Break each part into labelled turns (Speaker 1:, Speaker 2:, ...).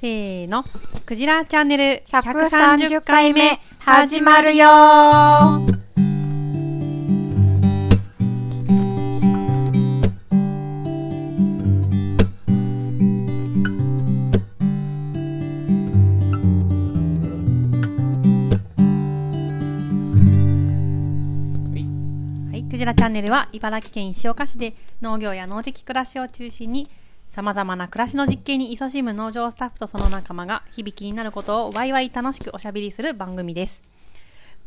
Speaker 1: せーの、クジラチャンネル
Speaker 2: 130
Speaker 1: 130回
Speaker 2: 回目
Speaker 1: 目
Speaker 2: 始
Speaker 1: 始
Speaker 2: ま
Speaker 1: ま
Speaker 2: る
Speaker 1: る
Speaker 2: よ
Speaker 1: よはい、クジラチャンネルは茨城県石岡市で農業や農的暮らしを中心に様々な暮らしの実験に勤しむ農場スタッフとその仲間が響きになることをワイワイ楽しくおしゃべりする番組です。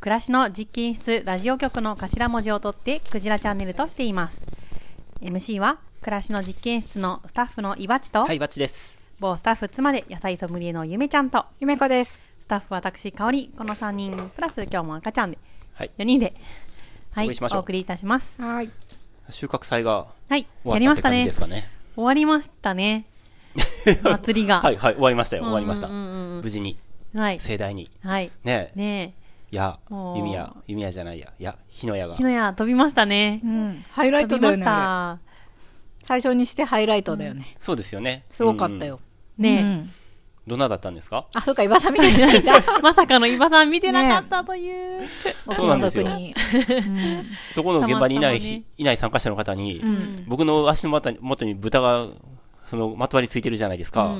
Speaker 1: 暮らしの実験室ラジオ局の頭文字を取ってクジラチャンネルとしています。MC は暮らしの実験室のスタッフのいばちと、
Speaker 3: はい、バッチです。
Speaker 1: 某スタッフ妻で野菜ソムリエのゆめちゃんと、
Speaker 2: ゆめこです。
Speaker 1: スタッフ私香りこの3人プラス今日も赤ちゃんで
Speaker 3: はい。
Speaker 1: 4人で、はい、
Speaker 3: お送りしましょう
Speaker 1: お送りいたします。
Speaker 2: はい。
Speaker 3: 収穫祭が
Speaker 1: はい、
Speaker 3: 終わ
Speaker 1: やりま
Speaker 3: ったっ
Speaker 1: してた
Speaker 3: 感じ
Speaker 1: ね
Speaker 3: で。すかね。
Speaker 1: 終わりましたね。 祭りが。
Speaker 3: はい、はい、終わりましたよ。終わりました。
Speaker 1: うんうんうんうん
Speaker 3: 無事に、
Speaker 1: はい。
Speaker 3: 盛大に。
Speaker 1: はい。
Speaker 3: ねえ、
Speaker 1: ね
Speaker 3: いや、
Speaker 1: もう
Speaker 3: 弓矢、弓矢じゃないや、いや、火の矢
Speaker 1: え、
Speaker 3: が。
Speaker 1: 火の矢飛びましたね
Speaker 2: う。ん。ハイライ
Speaker 1: 飛
Speaker 2: ト
Speaker 1: び
Speaker 2: だ
Speaker 1: ま
Speaker 2: よ
Speaker 1: し
Speaker 2: ね。あれ
Speaker 1: た。
Speaker 2: 最初にしてハイライトだよね。
Speaker 3: そうですよね。
Speaker 2: すごかった
Speaker 3: うんうん。
Speaker 2: よ。う
Speaker 1: ね
Speaker 2: ん。
Speaker 3: どんなだったんですか
Speaker 2: あ、そうか、岩さんみたいないんだ。
Speaker 1: え。 まさかの伊庭さん見てなかったという。
Speaker 3: そうなんですよ
Speaker 2: お気の毒に
Speaker 3: そこの現場にいな
Speaker 1: たまたま
Speaker 3: い
Speaker 1: ね
Speaker 3: ひ、いない参加者の方に
Speaker 2: ん、
Speaker 3: 僕の足の元に元に豚が、その、まとわりついてるじゃないですか。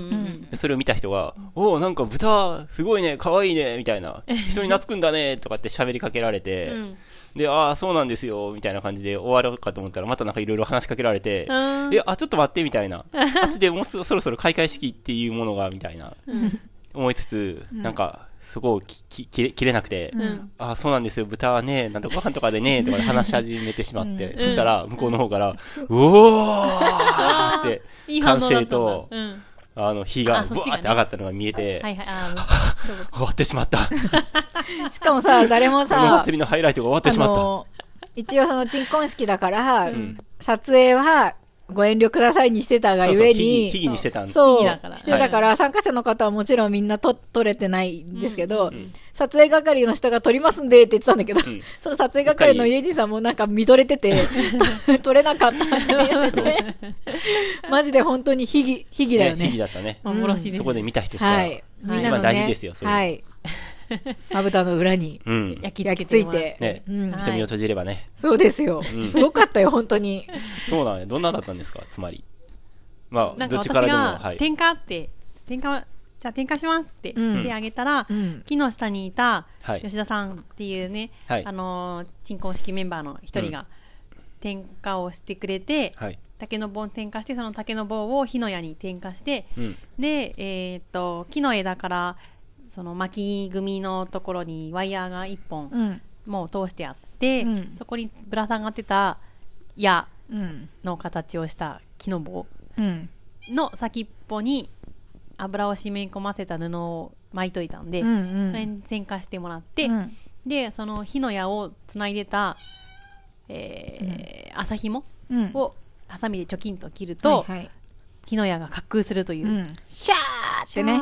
Speaker 3: でそれを見た人が、おお、なんか豚、すごいね、可愛いね、みた いな。人に懐くんだね、とかって喋りかけられて、
Speaker 1: ん
Speaker 3: で、ああ、そうなんですよ、みたいな感じで終わろうかと思ったら、またなんかいろいろ話しかけられて、
Speaker 1: うん
Speaker 3: で、あ、ちょっと待って、みたいな。あっちでもうすそろそろ開会式っていうものが、みたいな。思いつつ、なんか、そこをきき切れ切れなくて、ああ、そうなんですよ、豚はね、なんとかかんとかでね、とかで話し始めてしまって、そしたら、向こうの方から、うおーって
Speaker 1: いい、反応
Speaker 3: 歓
Speaker 1: だったん
Speaker 3: 声
Speaker 1: だ。
Speaker 3: と、
Speaker 1: うん。
Speaker 3: あの、火が、
Speaker 1: あそ
Speaker 3: ブ
Speaker 1: っ
Speaker 3: ワ
Speaker 1: ち
Speaker 3: ー
Speaker 1: がね
Speaker 3: って上がったのが見えて、
Speaker 1: はいはい。あ
Speaker 3: 終わってし まった。こ
Speaker 2: うんしかもさ、誰も
Speaker 3: の
Speaker 2: さ、
Speaker 3: 祭りのハイライトが終わってしまった。
Speaker 2: の、一応その鎮魂式だから、撮影はご遠慮くださいにしてたが
Speaker 3: そう
Speaker 2: ゆ
Speaker 3: そう、
Speaker 2: え
Speaker 3: ひぎ、ひ
Speaker 2: に、
Speaker 3: ぎにしてたんで。
Speaker 2: そう、
Speaker 1: いいだから
Speaker 2: してたから、参加者の方はもちろんみんなと撮れてないんですけど、撮影係の人が撮りますんでって言ってたんだけど、 その撮影係の家人さんもなんか見とれてて、 撮れなかったって言ってて、マジで本当にひぎ、ひぎだよ
Speaker 3: ひぎ
Speaker 2: ね。
Speaker 3: だったね
Speaker 1: あ、。幻ですね。
Speaker 3: そこで見た人しか、
Speaker 2: はい。みんな
Speaker 3: 一
Speaker 2: のね
Speaker 3: 番大事ですよ、それ。
Speaker 2: はい。まぶたの裏に
Speaker 3: うん。
Speaker 1: 焼き
Speaker 2: 焼き
Speaker 1: 付
Speaker 2: 付
Speaker 1: い
Speaker 2: い
Speaker 1: てもらう。
Speaker 2: て。
Speaker 3: ね、
Speaker 2: うん
Speaker 1: はい
Speaker 3: 瞳を閉じればね。
Speaker 2: そうですよ。すごかったよ、本当に。
Speaker 3: そうなのよ。どんなだったんですか、つまり。ま
Speaker 1: な
Speaker 3: あ、
Speaker 1: んか
Speaker 3: どっ
Speaker 1: 私
Speaker 3: ちからでも、
Speaker 1: が
Speaker 3: は、い。
Speaker 1: 転換って、転換、じゃあ転換しますって
Speaker 2: うん
Speaker 1: 手あげたら
Speaker 2: うん、
Speaker 1: 木の下にいた
Speaker 3: はい
Speaker 1: 吉田さんっていうね、
Speaker 3: はい
Speaker 1: あのー、鎮魂式メンバーの一人が転換をしてくれて、
Speaker 3: はい。
Speaker 1: 竹の棒を点火してその竹の棒を火の矢に点火して、
Speaker 3: うん。
Speaker 1: で、えーっと木の枝からその巻き組のところにワイヤーが1本、
Speaker 2: うん。
Speaker 1: もう通してあって、
Speaker 2: うん
Speaker 1: そこにぶら下がってた矢
Speaker 2: うん。
Speaker 1: の形をした木の棒
Speaker 2: うん。
Speaker 1: の先っぽに油を染み込ませた布を巻いといたんで、
Speaker 2: うん
Speaker 1: それに点火してもらって、
Speaker 2: うん
Speaker 1: でその火の矢をつないでた、えー麻紐
Speaker 2: うん
Speaker 1: をハサミでチョキンと切ると、
Speaker 2: はいはい
Speaker 1: 火の矢が滑空するという、
Speaker 2: うんシャーってね。タ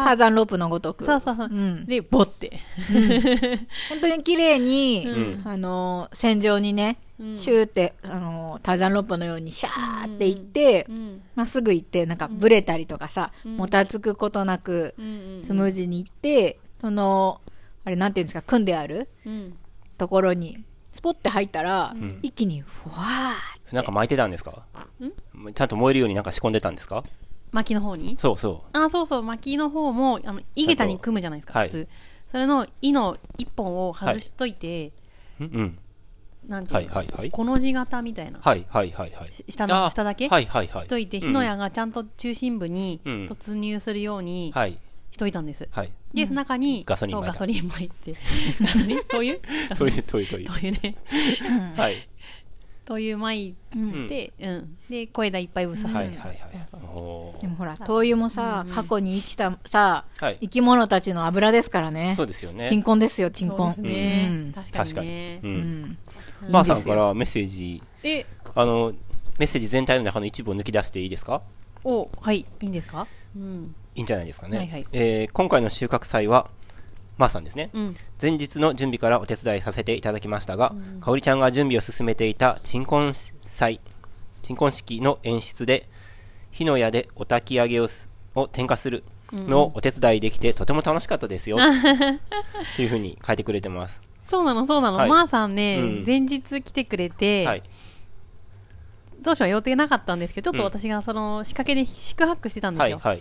Speaker 1: あ
Speaker 2: ー
Speaker 1: ー
Speaker 2: ザンロープのごとく。
Speaker 1: そうそうそう、
Speaker 2: うん
Speaker 1: でボって
Speaker 2: 本当に綺麗に、
Speaker 3: うん
Speaker 2: あのー、線上にね、
Speaker 1: うん
Speaker 2: シューって、あのー、ターザンロープのようにシャーって行って
Speaker 1: う、ん
Speaker 2: まっすぐ行って、なんかブレたりとかさ、もたつくことなく、
Speaker 1: うん
Speaker 2: スムージーに行って、その、あれなんていうんですか、組んである
Speaker 1: うん
Speaker 2: ところに、スポって入ったら、一気に、ふわー
Speaker 3: なんか巻いてたんですかちゃんと燃えるようになんか仕込んでたんですか
Speaker 1: 薪の方に
Speaker 3: そうそう。
Speaker 1: あそうそう薪の方もあの井桁に組むじゃないですか
Speaker 3: はい
Speaker 1: 普通、それの「井」の一本を外しといて、
Speaker 3: うんうん。
Speaker 1: なんて
Speaker 3: はいいう
Speaker 1: の、
Speaker 3: はいはい。
Speaker 1: この字型みたいな、
Speaker 3: はいはいはいはい。
Speaker 1: し下の
Speaker 3: あー
Speaker 1: 下だけ
Speaker 3: はいはいはい。
Speaker 1: しといて
Speaker 3: うん
Speaker 1: 火の矢がちゃんと中心部に
Speaker 3: うん
Speaker 1: 突入するように
Speaker 3: はい
Speaker 1: しといたんです、
Speaker 3: はい。
Speaker 1: で中に
Speaker 3: ガソリン
Speaker 1: そう
Speaker 3: 撒いた
Speaker 1: ガソリン巻いて ガソリン灯油
Speaker 3: というというという
Speaker 1: 灯。油ね
Speaker 3: はい。
Speaker 1: 灯油巻いて、うんで小枝いっぱいぶさし
Speaker 3: は
Speaker 1: て、
Speaker 3: いはいはい。お
Speaker 2: で
Speaker 3: ー
Speaker 2: もほら、灯油もさ、過去に生きたさ、
Speaker 3: はい
Speaker 2: 生き物たちの油ですからね
Speaker 3: そ。うですよね。
Speaker 2: 鎮魂ですよ、鎮
Speaker 1: そうです。
Speaker 2: 魂
Speaker 1: ね、
Speaker 2: うん
Speaker 1: 確かに
Speaker 3: 確か
Speaker 1: ね
Speaker 3: に。う。
Speaker 2: うんん。
Speaker 3: ばあさんからメッセージ、
Speaker 1: え
Speaker 3: あの、メッセージ全体の中の一部を抜き出していいですか
Speaker 1: おはいいいんですかうん
Speaker 3: いいんじゃないですかね。
Speaker 1: はいはい
Speaker 3: えー今回の収穫祭は、まあさんですね。
Speaker 1: うん
Speaker 3: 前日の準備からお手伝いさせていただきましたが、かおりちゃんが準備を進めていた鎮魂祭、鎮魂式の演出で、火の矢でお焚き上げをすを点火するのお手伝いできてとても楽しかったですよ。っていうふうに書いてくれてます。
Speaker 1: そうなの、そうなの。
Speaker 3: はい
Speaker 1: まーさんね、
Speaker 3: うん
Speaker 1: 前日来てくれて、
Speaker 3: はい。
Speaker 1: どうしよう予定なかったんですけど、ちょっと
Speaker 3: うん
Speaker 1: 私がその仕掛けで宿泊してたんで
Speaker 3: は
Speaker 1: す
Speaker 3: い。
Speaker 1: よ。
Speaker 3: はい。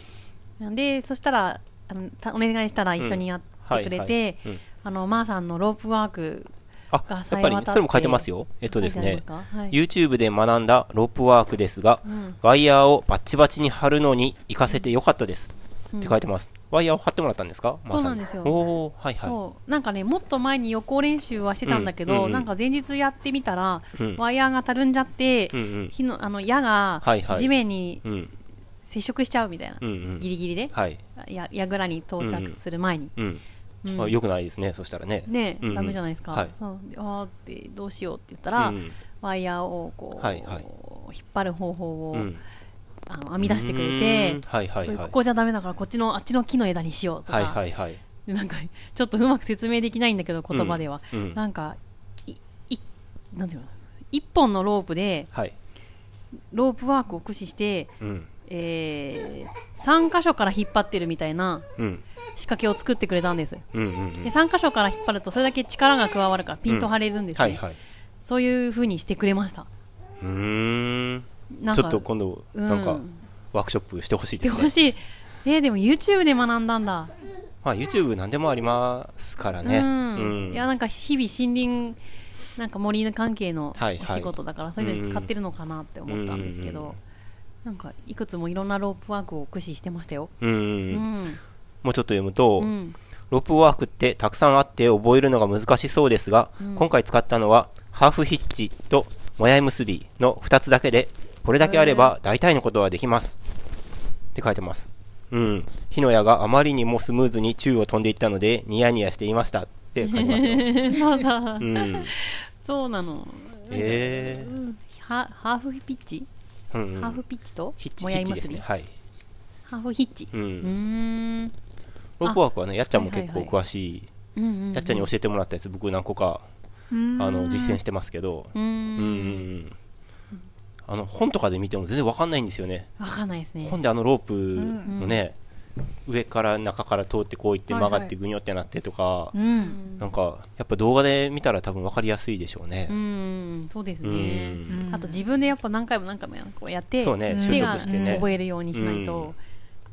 Speaker 1: で、そしたら、あのたお願いしたら一緒にやってくれて、
Speaker 3: はいうん
Speaker 1: あの、まーさんのロープワーク、
Speaker 3: あ、
Speaker 1: が
Speaker 3: やっ
Speaker 1: 冴え
Speaker 3: ぱり
Speaker 1: 渡っ
Speaker 3: ね
Speaker 1: て
Speaker 3: それも書いてますよ。えっとです
Speaker 1: 書い
Speaker 3: ね
Speaker 1: て、ありますかはい
Speaker 3: YouTube で学んだロープワークですが、
Speaker 1: ん
Speaker 3: ワイヤーをバッチバチに貼るのに活かせてよかったです。
Speaker 1: うん
Speaker 3: って書いてます。ワイヤーを貼ってもらったんですか
Speaker 1: そうなんですよ
Speaker 3: まさにおー、はいは
Speaker 1: そうなんかねもっと前に予行練習はしてたんだけど、
Speaker 3: うんうんうん
Speaker 1: なんか前日やってみたら、
Speaker 3: うん
Speaker 1: ワイヤーがたるんじゃって、
Speaker 3: い。うんうん。
Speaker 1: 火のあの矢が
Speaker 3: はいはい
Speaker 1: 地面に
Speaker 3: うん。
Speaker 1: 接触しちゃうみたいな、
Speaker 3: うんうん。
Speaker 1: ギリギリで、
Speaker 3: はい。
Speaker 1: ややぐらに到着する前に、
Speaker 3: うん。
Speaker 1: うん
Speaker 3: あよくないですね、そしたらね。
Speaker 1: ね、
Speaker 3: うんうん
Speaker 1: ダメじゃないですか、
Speaker 3: はい
Speaker 1: うんであーってどうしようって言った
Speaker 3: う
Speaker 1: ら、
Speaker 3: ん
Speaker 1: ワイヤーをこう、
Speaker 3: はいはい
Speaker 1: 引っ張る方法を、
Speaker 3: うん。
Speaker 1: あの編み出してくれて、
Speaker 3: うんはいはいはい。
Speaker 1: ここじゃダメだからこっちのあっちの木の枝にしようとか、
Speaker 3: はいはいはい。
Speaker 1: でなんかちょっとうまく説明できないんだけど言葉では、
Speaker 3: うんうん
Speaker 1: なんかいいなんていうの一本のロープで
Speaker 3: はい。
Speaker 1: ロープワークを駆使して、
Speaker 3: うん。
Speaker 1: えー、3箇所から引っ張ってるみたいな
Speaker 3: うん。
Speaker 1: 仕掛けを作ってくれたんです
Speaker 3: うんうんう
Speaker 1: で
Speaker 3: ん。
Speaker 1: 3箇所から引っ張るとそれだけ力が加わるからピンと張れるんですね、
Speaker 3: はいはい。
Speaker 1: そういう風にしてくれました
Speaker 3: うーん。
Speaker 1: なん
Speaker 3: ち
Speaker 1: か
Speaker 3: ょっと今度、
Speaker 1: うん
Speaker 3: なんか、ワークショップしてほしい
Speaker 1: で
Speaker 3: です
Speaker 1: ほ
Speaker 3: ね。
Speaker 1: しいえーでも YouTube で学んだんだ、
Speaker 3: まあ、YouTube 何でもありますからね。
Speaker 1: うん
Speaker 3: うん
Speaker 1: いやなんか日々森林なんか森の関係の
Speaker 3: はい
Speaker 1: お
Speaker 3: はい
Speaker 1: 仕事だから、それで使ってるのかなって思ったんですけど、
Speaker 3: うんうんうん
Speaker 1: なんかいくつもいろんなロープワークを駆使してましたよ、
Speaker 3: うん
Speaker 1: う
Speaker 3: うん。
Speaker 1: ん
Speaker 3: もうちょっと読むと、
Speaker 1: うん
Speaker 3: ロープワークってたくさんあって覚えるのが難しそうですが、今回使ったのは、ハーフヒッチともやい結びの2つだけで、これだけあれば大体のことはできます。って書いてます。うん。火の矢があまりにもスムーズに宙を飛んでいったので、ニヤニヤしていました。って書いてます よ。うん。
Speaker 1: そうなの
Speaker 3: え
Speaker 1: ハハーフピッチ、
Speaker 3: ー。うん、うん。
Speaker 1: ハーフピッチと
Speaker 3: ヒッチ、
Speaker 1: も
Speaker 3: ヒ
Speaker 1: や
Speaker 3: ッ
Speaker 1: い
Speaker 3: チ
Speaker 1: ま
Speaker 3: です
Speaker 1: す
Speaker 3: ね。
Speaker 1: り
Speaker 3: はい。
Speaker 1: ハーフヒッチ
Speaker 3: う。
Speaker 1: うんーん
Speaker 3: ロープワークはね、やっちゃんも結
Speaker 1: は
Speaker 3: 構
Speaker 1: いはい
Speaker 3: 詳しい。
Speaker 1: うんうん
Speaker 3: やっちゃんに教えてもらったやつ、僕何個か、あの、実践してますけど。
Speaker 1: うーん
Speaker 3: うんうんうんあの本とかで見ても全然わかんないんですよね、
Speaker 1: わかんないですね
Speaker 3: 本であのロープのね、上から中から通ってこういって
Speaker 2: はいはい
Speaker 3: 曲がってぐにょってなってとか、
Speaker 2: うん。
Speaker 3: なんかやっぱ動画で見たら多分わかりやすいでしょうね
Speaker 1: う、んそうです
Speaker 3: うん
Speaker 1: ねあと自分でやっぱ何回も何回もこうやって
Speaker 3: そうね習
Speaker 1: 手が
Speaker 3: 得してね、
Speaker 1: 覚えるようにしないと、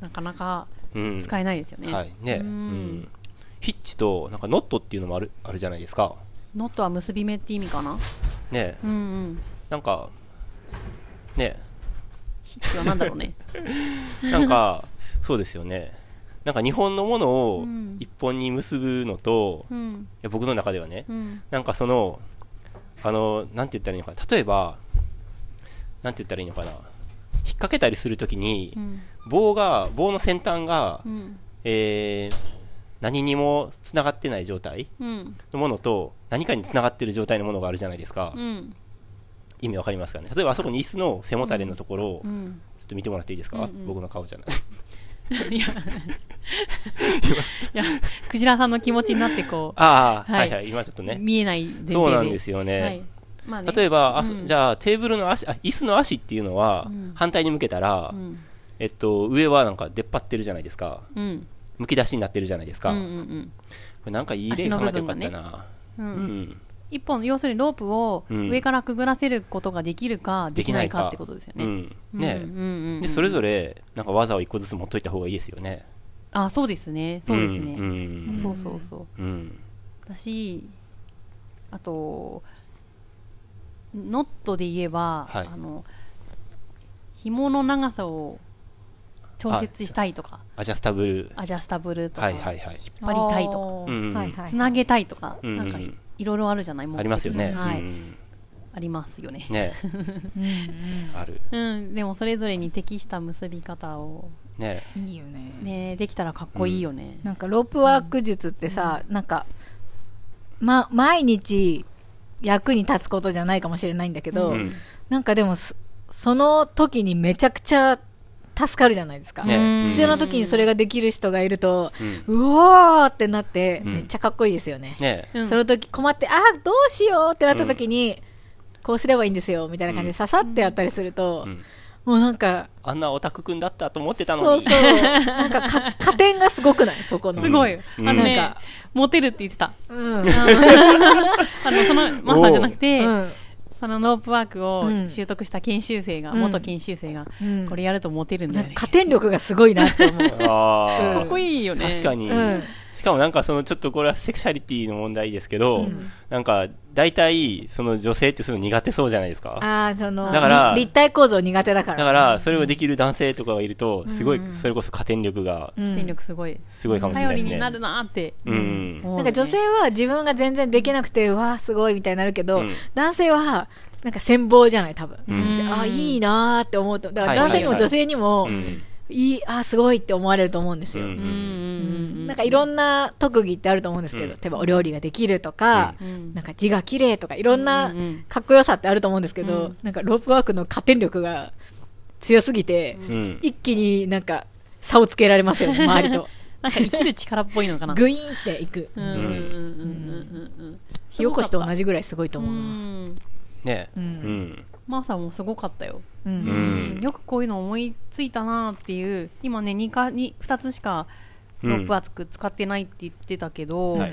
Speaker 1: なかなか
Speaker 3: うん
Speaker 1: 使えないですよね、
Speaker 3: はいね、うんヒッチとなんかノットっていうのもあるあるじゃないですか
Speaker 1: ノットは結び目って意味かな
Speaker 3: ね
Speaker 1: うんうん
Speaker 3: なんかね
Speaker 1: ヒッチはなんだろうね
Speaker 3: なんかそうですよねなんか日本のものを一本に結ぶのと、い
Speaker 1: うん
Speaker 3: や僕の中ではね、
Speaker 1: うん
Speaker 3: なんかその、あの、なんて言ったらいいのかな、例えば、なんて言ったらいいのかな、引っ掛けたりするときに、
Speaker 1: ん
Speaker 3: 棒が、棒の先端が、
Speaker 1: うん
Speaker 3: えー何にもつながってない状態
Speaker 1: うん
Speaker 3: のものと、何かにつながってる状態のものがあるじゃないですか。
Speaker 1: うん
Speaker 3: 意味わかりますかね。例えば、あそこに椅子の背もたれのところを、
Speaker 1: うん
Speaker 3: ちょっと見てもらっていいですか、僕の顔じ ゃない。
Speaker 1: いやいやクジラさんの気持ちになってこ
Speaker 3: ああ、
Speaker 1: は
Speaker 3: はいいはい、今ちょっと
Speaker 1: う、
Speaker 3: ね。
Speaker 1: 見えない前提で
Speaker 3: そうなんですよね。
Speaker 1: はいまあね、
Speaker 3: 例えば、あそ
Speaker 1: うん
Speaker 3: じゃあテーブルの足あ椅子の足っていうのは
Speaker 1: うん
Speaker 3: 反対に向けたら、
Speaker 1: ん
Speaker 3: えっと、上はなんか出っ張ってるじゃないですか
Speaker 1: うん
Speaker 3: むき出しになってるじゃないですか、
Speaker 1: うんう
Speaker 3: こ
Speaker 1: んうん
Speaker 3: れなんかいい例考えてよかったな、
Speaker 1: う
Speaker 3: うんん
Speaker 1: 一本要するにロープを
Speaker 3: うん
Speaker 1: 上からくぐらせることができるかで
Speaker 3: で
Speaker 1: き
Speaker 3: き
Speaker 1: な
Speaker 3: ないい
Speaker 1: か
Speaker 3: か
Speaker 1: ってことですよ
Speaker 3: う
Speaker 1: ね。
Speaker 3: ん
Speaker 1: うん
Speaker 3: ね、
Speaker 1: うんうんうん
Speaker 3: でそれぞれなんか技を一個ずつ持っといた方がいいですよね
Speaker 1: あそうですねそうですね、
Speaker 3: うんうん
Speaker 1: そうそうそう
Speaker 3: うん
Speaker 1: だしあとノットで言えば、
Speaker 3: はい
Speaker 1: あの紐の長さを調節したいとか
Speaker 3: アジャスタブル
Speaker 1: アジャスタブルとか、
Speaker 3: はいはいはい
Speaker 1: 引っ張りたいとか
Speaker 2: と
Speaker 3: うんうん
Speaker 2: はいはい。
Speaker 1: つなげたいとか、
Speaker 3: うん
Speaker 1: なんかいいろいろあるじゃない目的
Speaker 3: ありますよね、
Speaker 1: はい
Speaker 3: うん
Speaker 1: ありますよね
Speaker 3: ね
Speaker 2: うん
Speaker 3: ある
Speaker 1: うんでもそれぞれに適した結び方を
Speaker 3: ね
Speaker 2: うん。いいよね。
Speaker 1: ねできたらかっこいいよね、
Speaker 2: なんかロープワーク術ってさ、なんか、ま、毎日役に立つことじゃないかもしれないんだけど、
Speaker 3: うん
Speaker 2: なんかでもそ、その時にめちゃくちゃ助かるじゃないですか。
Speaker 3: ね
Speaker 1: うん
Speaker 2: 必要な時にそれができる人がいると、
Speaker 3: うん
Speaker 2: うおーってなって、
Speaker 3: うん
Speaker 2: めっちゃかっこいいですよね。
Speaker 3: ね
Speaker 1: うん
Speaker 2: その時困って、あーどうしようってなった時に、こうすればいいんですよみたいな感じでささってやったりすると、
Speaker 3: ん
Speaker 2: もうなんか、
Speaker 3: あんなオタクくんだったと思ってたの
Speaker 2: そう
Speaker 3: に。
Speaker 2: そう。なん かか、加点がすごくないそこの。
Speaker 1: すごい。
Speaker 3: うん
Speaker 1: あのね
Speaker 2: なんか、
Speaker 1: モテるって言って た。
Speaker 2: うん。
Speaker 1: あの、その、マサじゃなくて、
Speaker 2: うん
Speaker 1: そのロープワークを
Speaker 2: うん
Speaker 1: 習得した研修生が、
Speaker 2: うん
Speaker 1: 元研修生が、
Speaker 2: うん
Speaker 1: これやるとモテるんだ
Speaker 2: な
Speaker 1: よ
Speaker 2: ん
Speaker 1: ね
Speaker 2: か。加点力がすごいなって 思う。
Speaker 3: ああ、
Speaker 1: かっこいいよね。
Speaker 3: 確かに、
Speaker 2: うん
Speaker 3: しかもなんかそのちょっとこれはセクシャリティの問題ですけど、なんか大体その女性ってそういうの苦手そうじゃないですか
Speaker 2: ああ、その、
Speaker 3: だから
Speaker 2: り立体構造苦手だか
Speaker 3: だ
Speaker 2: ら。
Speaker 3: からそれをできる男性とかがいるとすごいそれこそ加点力が
Speaker 2: うん
Speaker 1: 電力すごい。
Speaker 3: すごいかもしれな
Speaker 1: 頼
Speaker 3: いで
Speaker 1: り
Speaker 3: すね
Speaker 1: になるなーって。
Speaker 3: うん
Speaker 1: 思うよ
Speaker 2: なん
Speaker 1: ね
Speaker 2: か女性は自分が全然できなくて、うわーすごいみたいになるけど、
Speaker 3: うん
Speaker 2: 男性は、なんか羨望じゃない、多分。
Speaker 3: うん
Speaker 2: ああ、いいなーって思うと。だから
Speaker 3: はいはい
Speaker 2: 男性にも女性にも、
Speaker 3: う
Speaker 2: いい
Speaker 3: ん
Speaker 2: ああ、すごいって思われると思うんです
Speaker 3: う
Speaker 2: よ。
Speaker 1: うん
Speaker 3: ん
Speaker 1: うん
Speaker 2: なんかいろんな特技ってあると思うんですけど、
Speaker 3: うん
Speaker 2: 例えばお料理ができるとか、
Speaker 1: うん
Speaker 2: なんか字が綺麗とか、いろんな
Speaker 1: うんうん
Speaker 2: かっこよさってあると思うんですけど、なんかロープワークの加点力が強すぎて、
Speaker 3: うん
Speaker 2: 一気になんか差をつけられますよね、周 りと。
Speaker 1: なんか生きる力っぽいのかな。
Speaker 2: グイーンっていく。
Speaker 1: うんうんうんうんうんうん。
Speaker 2: 火起こしと同
Speaker 1: じ。
Speaker 2: じぐらいすごいと
Speaker 1: う
Speaker 2: 思うな。
Speaker 1: ん。
Speaker 3: ねうんん
Speaker 1: マーサもすごかったよ。
Speaker 2: うん
Speaker 3: うん
Speaker 1: よくこういうの思いついたなっていう今ね 2, か 2, 2つしかロープワーク使ってないって言ってたけど、
Speaker 3: はい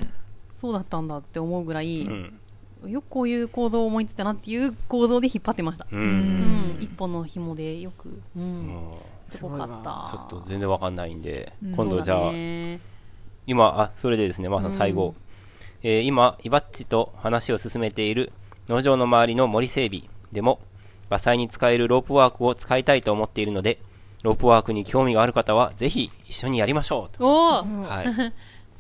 Speaker 1: そうだったんだって思うぐら
Speaker 3: う
Speaker 1: い、
Speaker 3: ん
Speaker 1: よくこういう構造を思いついたなっていう構造で引っ張ってました、
Speaker 3: う
Speaker 1: うん
Speaker 3: ん
Speaker 1: 一本の紐でよく、うん
Speaker 3: も
Speaker 1: すごかった
Speaker 3: うちょっと全然わかんないんで今度じ
Speaker 1: そう
Speaker 3: ゃ
Speaker 1: だ
Speaker 3: あ
Speaker 1: ね
Speaker 3: 今、あ、それでですね、まあ、最後。えー今、イバッチと話を進めている農場の周りの森整備でも、伐採に使えるロープワークを使いたいと思っているので、ロープワークに興味がある方は、ぜひ一緒にやりましょうと。
Speaker 1: おお、
Speaker 3: はい。こ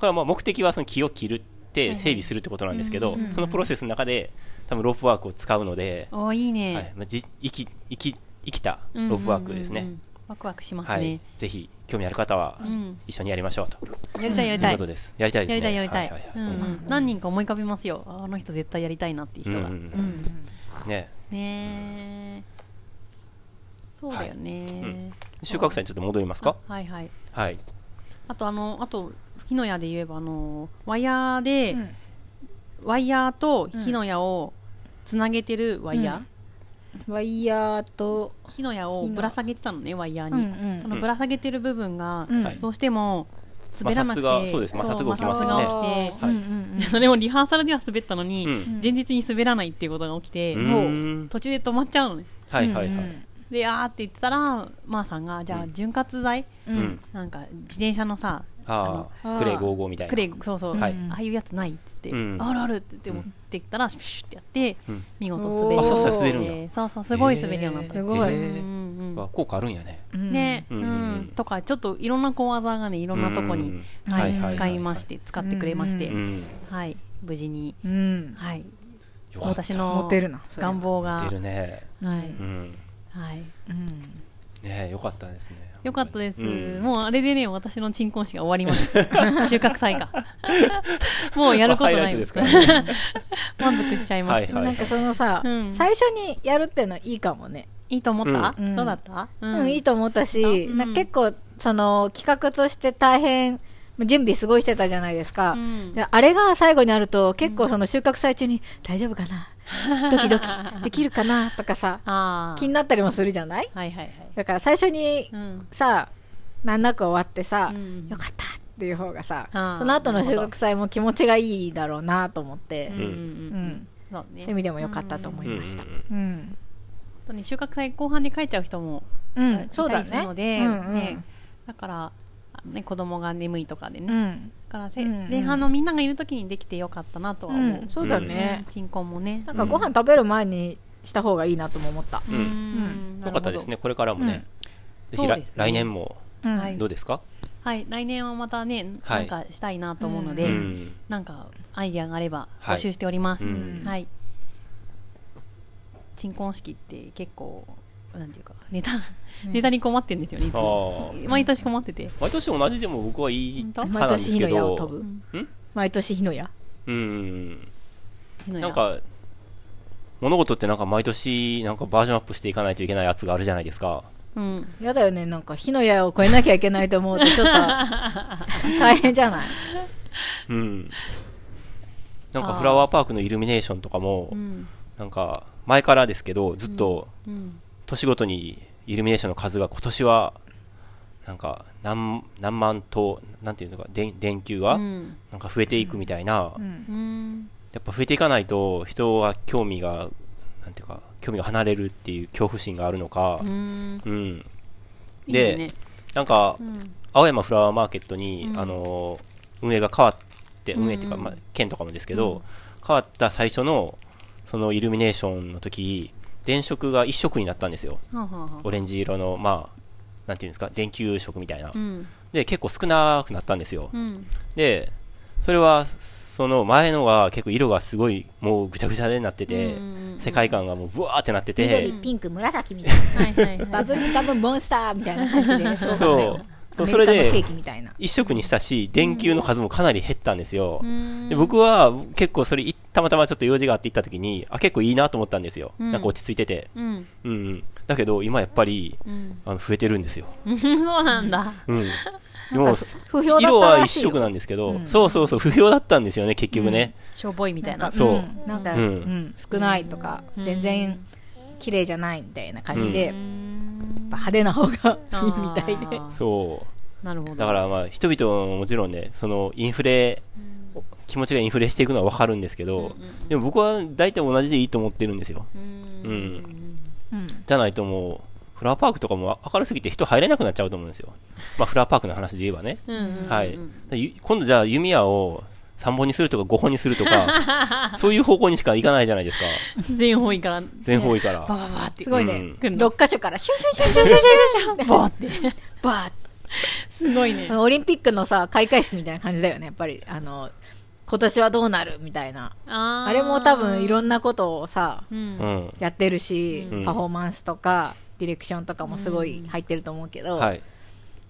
Speaker 3: れはまあ目的はその木を切るって整備するってことなんですけど、そのプロセスの中で、多分ロープワークを使うので、
Speaker 1: おーいいね、
Speaker 3: はい。まあ、じ生き、生き、生きたロープワークです
Speaker 1: うん
Speaker 3: ね
Speaker 1: うんう。んワクワクします
Speaker 3: は
Speaker 1: ね
Speaker 3: い、。ぜひ、興味ある方は
Speaker 1: ん、
Speaker 3: 一緒にやりましょうと。
Speaker 1: やりたいやり
Speaker 3: とい
Speaker 1: た
Speaker 3: う
Speaker 1: い、
Speaker 3: ことです。やりたいで
Speaker 1: や
Speaker 3: す
Speaker 1: りた
Speaker 3: ね。
Speaker 1: いやりたい、
Speaker 3: はは
Speaker 1: う
Speaker 3: は
Speaker 1: んうん何人か思い浮かびますよあの人絶対やりたいなっていう人が、
Speaker 3: うんうんうね、
Speaker 1: ねえそうだよね、
Speaker 3: 収穫祭にちょっと戻りますか。
Speaker 1: あはいはい
Speaker 3: はい。
Speaker 1: あとあのあと火の矢で言えばあのワイヤーで、ワイヤーと火の矢をつなげてるワイヤー、
Speaker 2: ワイヤーと、
Speaker 1: 火の矢をぶら下げてたのねワイヤー
Speaker 2: うんう
Speaker 1: に、
Speaker 2: ん
Speaker 1: そのぶら下げてる部分が、
Speaker 2: うん
Speaker 3: はい
Speaker 1: どうしても滑らなくて
Speaker 3: 摩擦がそうです摩擦が起きますよね
Speaker 1: そう摩擦が起きて
Speaker 3: はい
Speaker 2: うん
Speaker 1: それもリハーサルでは滑ったのに、
Speaker 3: うん
Speaker 1: 前日に滑らないっていうことが起きて、
Speaker 3: うーん
Speaker 1: 途中で止まっちゃうのね
Speaker 3: はいはいはい。
Speaker 1: であーって言ってたらまーさんがじゃあ潤滑剤、
Speaker 2: うん
Speaker 3: う
Speaker 2: うんん。
Speaker 1: なんか自転車のさ
Speaker 3: ああ、
Speaker 2: あ
Speaker 3: クレイ55みたいな。
Speaker 1: クレイそうそう、
Speaker 3: はい
Speaker 1: ああいうやつないっつって、
Speaker 3: うん
Speaker 1: あるあるって言って持ってきたら、シュッシュってやって、
Speaker 3: うん
Speaker 1: 見事滑
Speaker 2: あ
Speaker 1: り
Speaker 2: そしたら
Speaker 3: 滑るん
Speaker 1: そうそうすごい滑りようになった、
Speaker 2: すごい。
Speaker 3: へえ
Speaker 1: うんうん
Speaker 3: わ効果あるんやね。
Speaker 2: うん
Speaker 1: ね、
Speaker 3: う
Speaker 1: うんん
Speaker 3: うん
Speaker 1: とかちょっといろんな小技がねいろんなとこ
Speaker 3: う
Speaker 1: に
Speaker 3: ん、
Speaker 1: は
Speaker 2: はい
Speaker 1: い
Speaker 2: はいはい
Speaker 1: 使いまして使ってくれまして、
Speaker 2: う
Speaker 3: うん。
Speaker 1: はい無事に、
Speaker 2: うん。
Speaker 1: はい、
Speaker 3: よかった。
Speaker 1: 私の
Speaker 2: モテるなそれ
Speaker 1: 願望が、
Speaker 3: 出るね。
Speaker 1: はい
Speaker 3: うん。
Speaker 1: はい、
Speaker 2: うん
Speaker 3: ね、よかったですね。
Speaker 1: よかったです、
Speaker 3: うん
Speaker 1: もうあれでね私の鎮魂誌が終わりました 収穫祭かもうやること
Speaker 3: まあハイラ
Speaker 1: な
Speaker 3: イ
Speaker 1: い
Speaker 3: トで
Speaker 1: ですす
Speaker 3: からね
Speaker 1: 満足しちゃいました、
Speaker 3: はい
Speaker 2: な
Speaker 3: はい
Speaker 2: んかそのさ
Speaker 1: うん、
Speaker 2: 最初にやるってのはいいかもね。
Speaker 1: いいと思った、
Speaker 2: うん
Speaker 1: どうだった、うん
Speaker 2: うん、いいと思ったし、
Speaker 1: うん
Speaker 2: なんか結構、その、企画として大変、準備すごいしてたじゃないですか。
Speaker 1: うん
Speaker 2: であれが最後になると、結構その収穫祭中に、大丈夫か なドキドキ、できるかなとかさ、
Speaker 1: ああ
Speaker 2: 気になったりもするじゃない
Speaker 1: はいはいはい、
Speaker 2: だから最初に
Speaker 1: うん、
Speaker 2: さ、難なく終わってさ、
Speaker 1: うん
Speaker 2: よかったっていう方がさ、
Speaker 1: あー
Speaker 2: その後の収穫祭も気持ちがいいだろうなと思って
Speaker 1: うん、う
Speaker 3: うん
Speaker 1: ん
Speaker 2: うん。
Speaker 1: うん
Speaker 2: そ
Speaker 1: そう
Speaker 2: う
Speaker 1: ね
Speaker 2: いう意味でもよかったと思い
Speaker 3: うん
Speaker 2: ました。うん。
Speaker 1: 本当に収穫祭後半で帰っちゃう人も
Speaker 2: うん、
Speaker 1: い
Speaker 2: そう
Speaker 1: た
Speaker 2: だ
Speaker 1: りする
Speaker 2: ね。
Speaker 1: ので、
Speaker 2: うんうん
Speaker 1: ね、だから、あのね、子供が眠いとかでね、
Speaker 2: う
Speaker 1: だ
Speaker 2: ん。
Speaker 1: からせ、
Speaker 2: うんうん
Speaker 1: 前半のみんながいる時にできてよかったなとは
Speaker 2: う
Speaker 1: 思う、
Speaker 2: ん、そうだね。
Speaker 1: 鎮魂もね
Speaker 2: なんかご飯食べる前にした方がいいなとも思った。
Speaker 3: うん
Speaker 1: うん
Speaker 3: よかったですね。これからもね。ぜ
Speaker 1: そ
Speaker 3: ひ
Speaker 1: う
Speaker 3: ら
Speaker 1: ですね
Speaker 3: 来年も
Speaker 2: うん
Speaker 1: はい
Speaker 3: どうですか
Speaker 1: はい来年はまたね
Speaker 3: は
Speaker 1: ないんかしたいなと思うので、
Speaker 3: うん。
Speaker 1: なんかアイディアがあれば
Speaker 3: はい
Speaker 1: 募集しております、
Speaker 3: う
Speaker 1: はい
Speaker 3: ん
Speaker 1: 鎮魂式って結構なんていうかネタネタに困ってんですよねいつ
Speaker 3: あ
Speaker 1: も
Speaker 3: あ。
Speaker 1: 毎年困ってて
Speaker 3: 毎年同じでも僕はいい
Speaker 1: 本当
Speaker 3: 派
Speaker 2: 毎
Speaker 3: なんです
Speaker 2: 年
Speaker 3: け
Speaker 2: 火の矢
Speaker 3: ど
Speaker 2: を。飛ぶ。
Speaker 3: うん
Speaker 2: 毎年火の矢。
Speaker 3: うん。
Speaker 1: 火の矢
Speaker 3: なんか、物事ってなんか毎年なんかバージョンアップしていかないといけないやつがあるじゃないですか。
Speaker 1: うん
Speaker 2: やだよね、なんか火の矢を越えなきゃいけないと思うと、 ちょっと大変じゃない
Speaker 3: うん。なんか
Speaker 1: あー
Speaker 3: フラワーパークのイルミネーションとかも
Speaker 1: う、ん
Speaker 3: なんか前からですけど、ずっと
Speaker 1: うん
Speaker 3: 年ごとにイルミネーションの数が今年は、なんか何、何万灯、なんていうのか、電電球が、
Speaker 1: うん
Speaker 3: なんか増えていくみたいな、
Speaker 1: うん
Speaker 3: やっぱ増えていかないと、人は興味が、なんていうか、興味が離れるっていう恐怖心があるのか
Speaker 1: う、ん
Speaker 3: うん。
Speaker 1: いい
Speaker 3: で
Speaker 1: ね
Speaker 3: なんか、
Speaker 1: うん
Speaker 3: 青山フラワーマーケットに、
Speaker 1: うん
Speaker 3: あの運営が変わって運営っていうか、
Speaker 1: うんうん
Speaker 3: まあ、県とかもですけど、変わった最初のそのイルミネーションの時電飾が一色になったんですよ
Speaker 1: はあはあはあ
Speaker 3: オレンジ色のまあなんていうんですか電球色みたいな、
Speaker 1: うん
Speaker 3: で結構少なくなったんですよ、
Speaker 1: うん
Speaker 3: でそれはその前のが結構色がすごいもうぐちゃぐちゃになってて、
Speaker 1: うんうんうん
Speaker 3: 世界観がもうブワーってなってて、
Speaker 2: 緑、ピンク、紫みたいな。
Speaker 1: はい はいは
Speaker 2: バ
Speaker 1: い
Speaker 2: ブルガムモンスターみたいな感じで。そうなんだよ
Speaker 3: そう
Speaker 2: ア
Speaker 3: そ
Speaker 2: メリ
Speaker 3: れ
Speaker 2: カ
Speaker 3: で
Speaker 2: のケーキみたいな。
Speaker 3: 一色にしたし電球の数もかなり減ったんですよ、
Speaker 1: うん
Speaker 3: で僕は結構それいたまたまちょっと用事があって行った時にあ結構いいなと思ったんですよ、
Speaker 1: うん
Speaker 3: なんか落ち着いてて、
Speaker 1: うん
Speaker 3: うんうん、だけど今やっぱり
Speaker 1: うん
Speaker 3: あの増えてるんですよ、
Speaker 1: そうなん だ
Speaker 3: うん、もう
Speaker 2: 不評だっ
Speaker 3: 色
Speaker 2: た
Speaker 3: は
Speaker 2: ら
Speaker 3: 一
Speaker 2: しいよ。
Speaker 3: 色なんですけど、そうそうそう不評だったんですよね結局ね、
Speaker 1: しょぼいみたいな
Speaker 3: そうん
Speaker 2: なんか、
Speaker 3: う
Speaker 2: うんん、少ないとか、全然綺麗じゃないみたいな感じで、やっぱ派手な方がいい みたいで。
Speaker 1: あー
Speaker 3: そ
Speaker 1: なるほど
Speaker 3: うだからまあ人々ももちろんねそのインフレ気持ちがインフレしていくのは分かるんですけど、でも僕は大体同じでいいと思ってるんですよ、
Speaker 1: うん
Speaker 3: うん、
Speaker 2: うん
Speaker 3: じゃないともうフラワーパークとかも明るすぎて人入れなくなっちゃうと思うんですよ、まあ、フラワーパークの話で言えばね
Speaker 1: うんうん
Speaker 3: はい、でゆ今度じゃあ弓矢を3本にするとか5本にするとかそういう方向にしかいかないじゃないですか
Speaker 1: 全方位から
Speaker 3: 全方位から、
Speaker 1: バババって
Speaker 2: すごいね、
Speaker 3: うん
Speaker 1: 来るの
Speaker 2: 6箇所からシュンシュンシュンシュンシュンシュンシュンバーって。バーっ
Speaker 1: すごいね
Speaker 2: て。オリンピックのさ、開会式みたいな感じだよね、やっぱり。あの、今年はどうなるみたいな。
Speaker 1: あー
Speaker 2: あれも多分いろんなことをさ、
Speaker 1: うん
Speaker 3: うん
Speaker 2: やってるし、
Speaker 3: うん
Speaker 2: パフォーマンスとか、ディレクションとかもすごい入ってると思うけど、
Speaker 3: はい、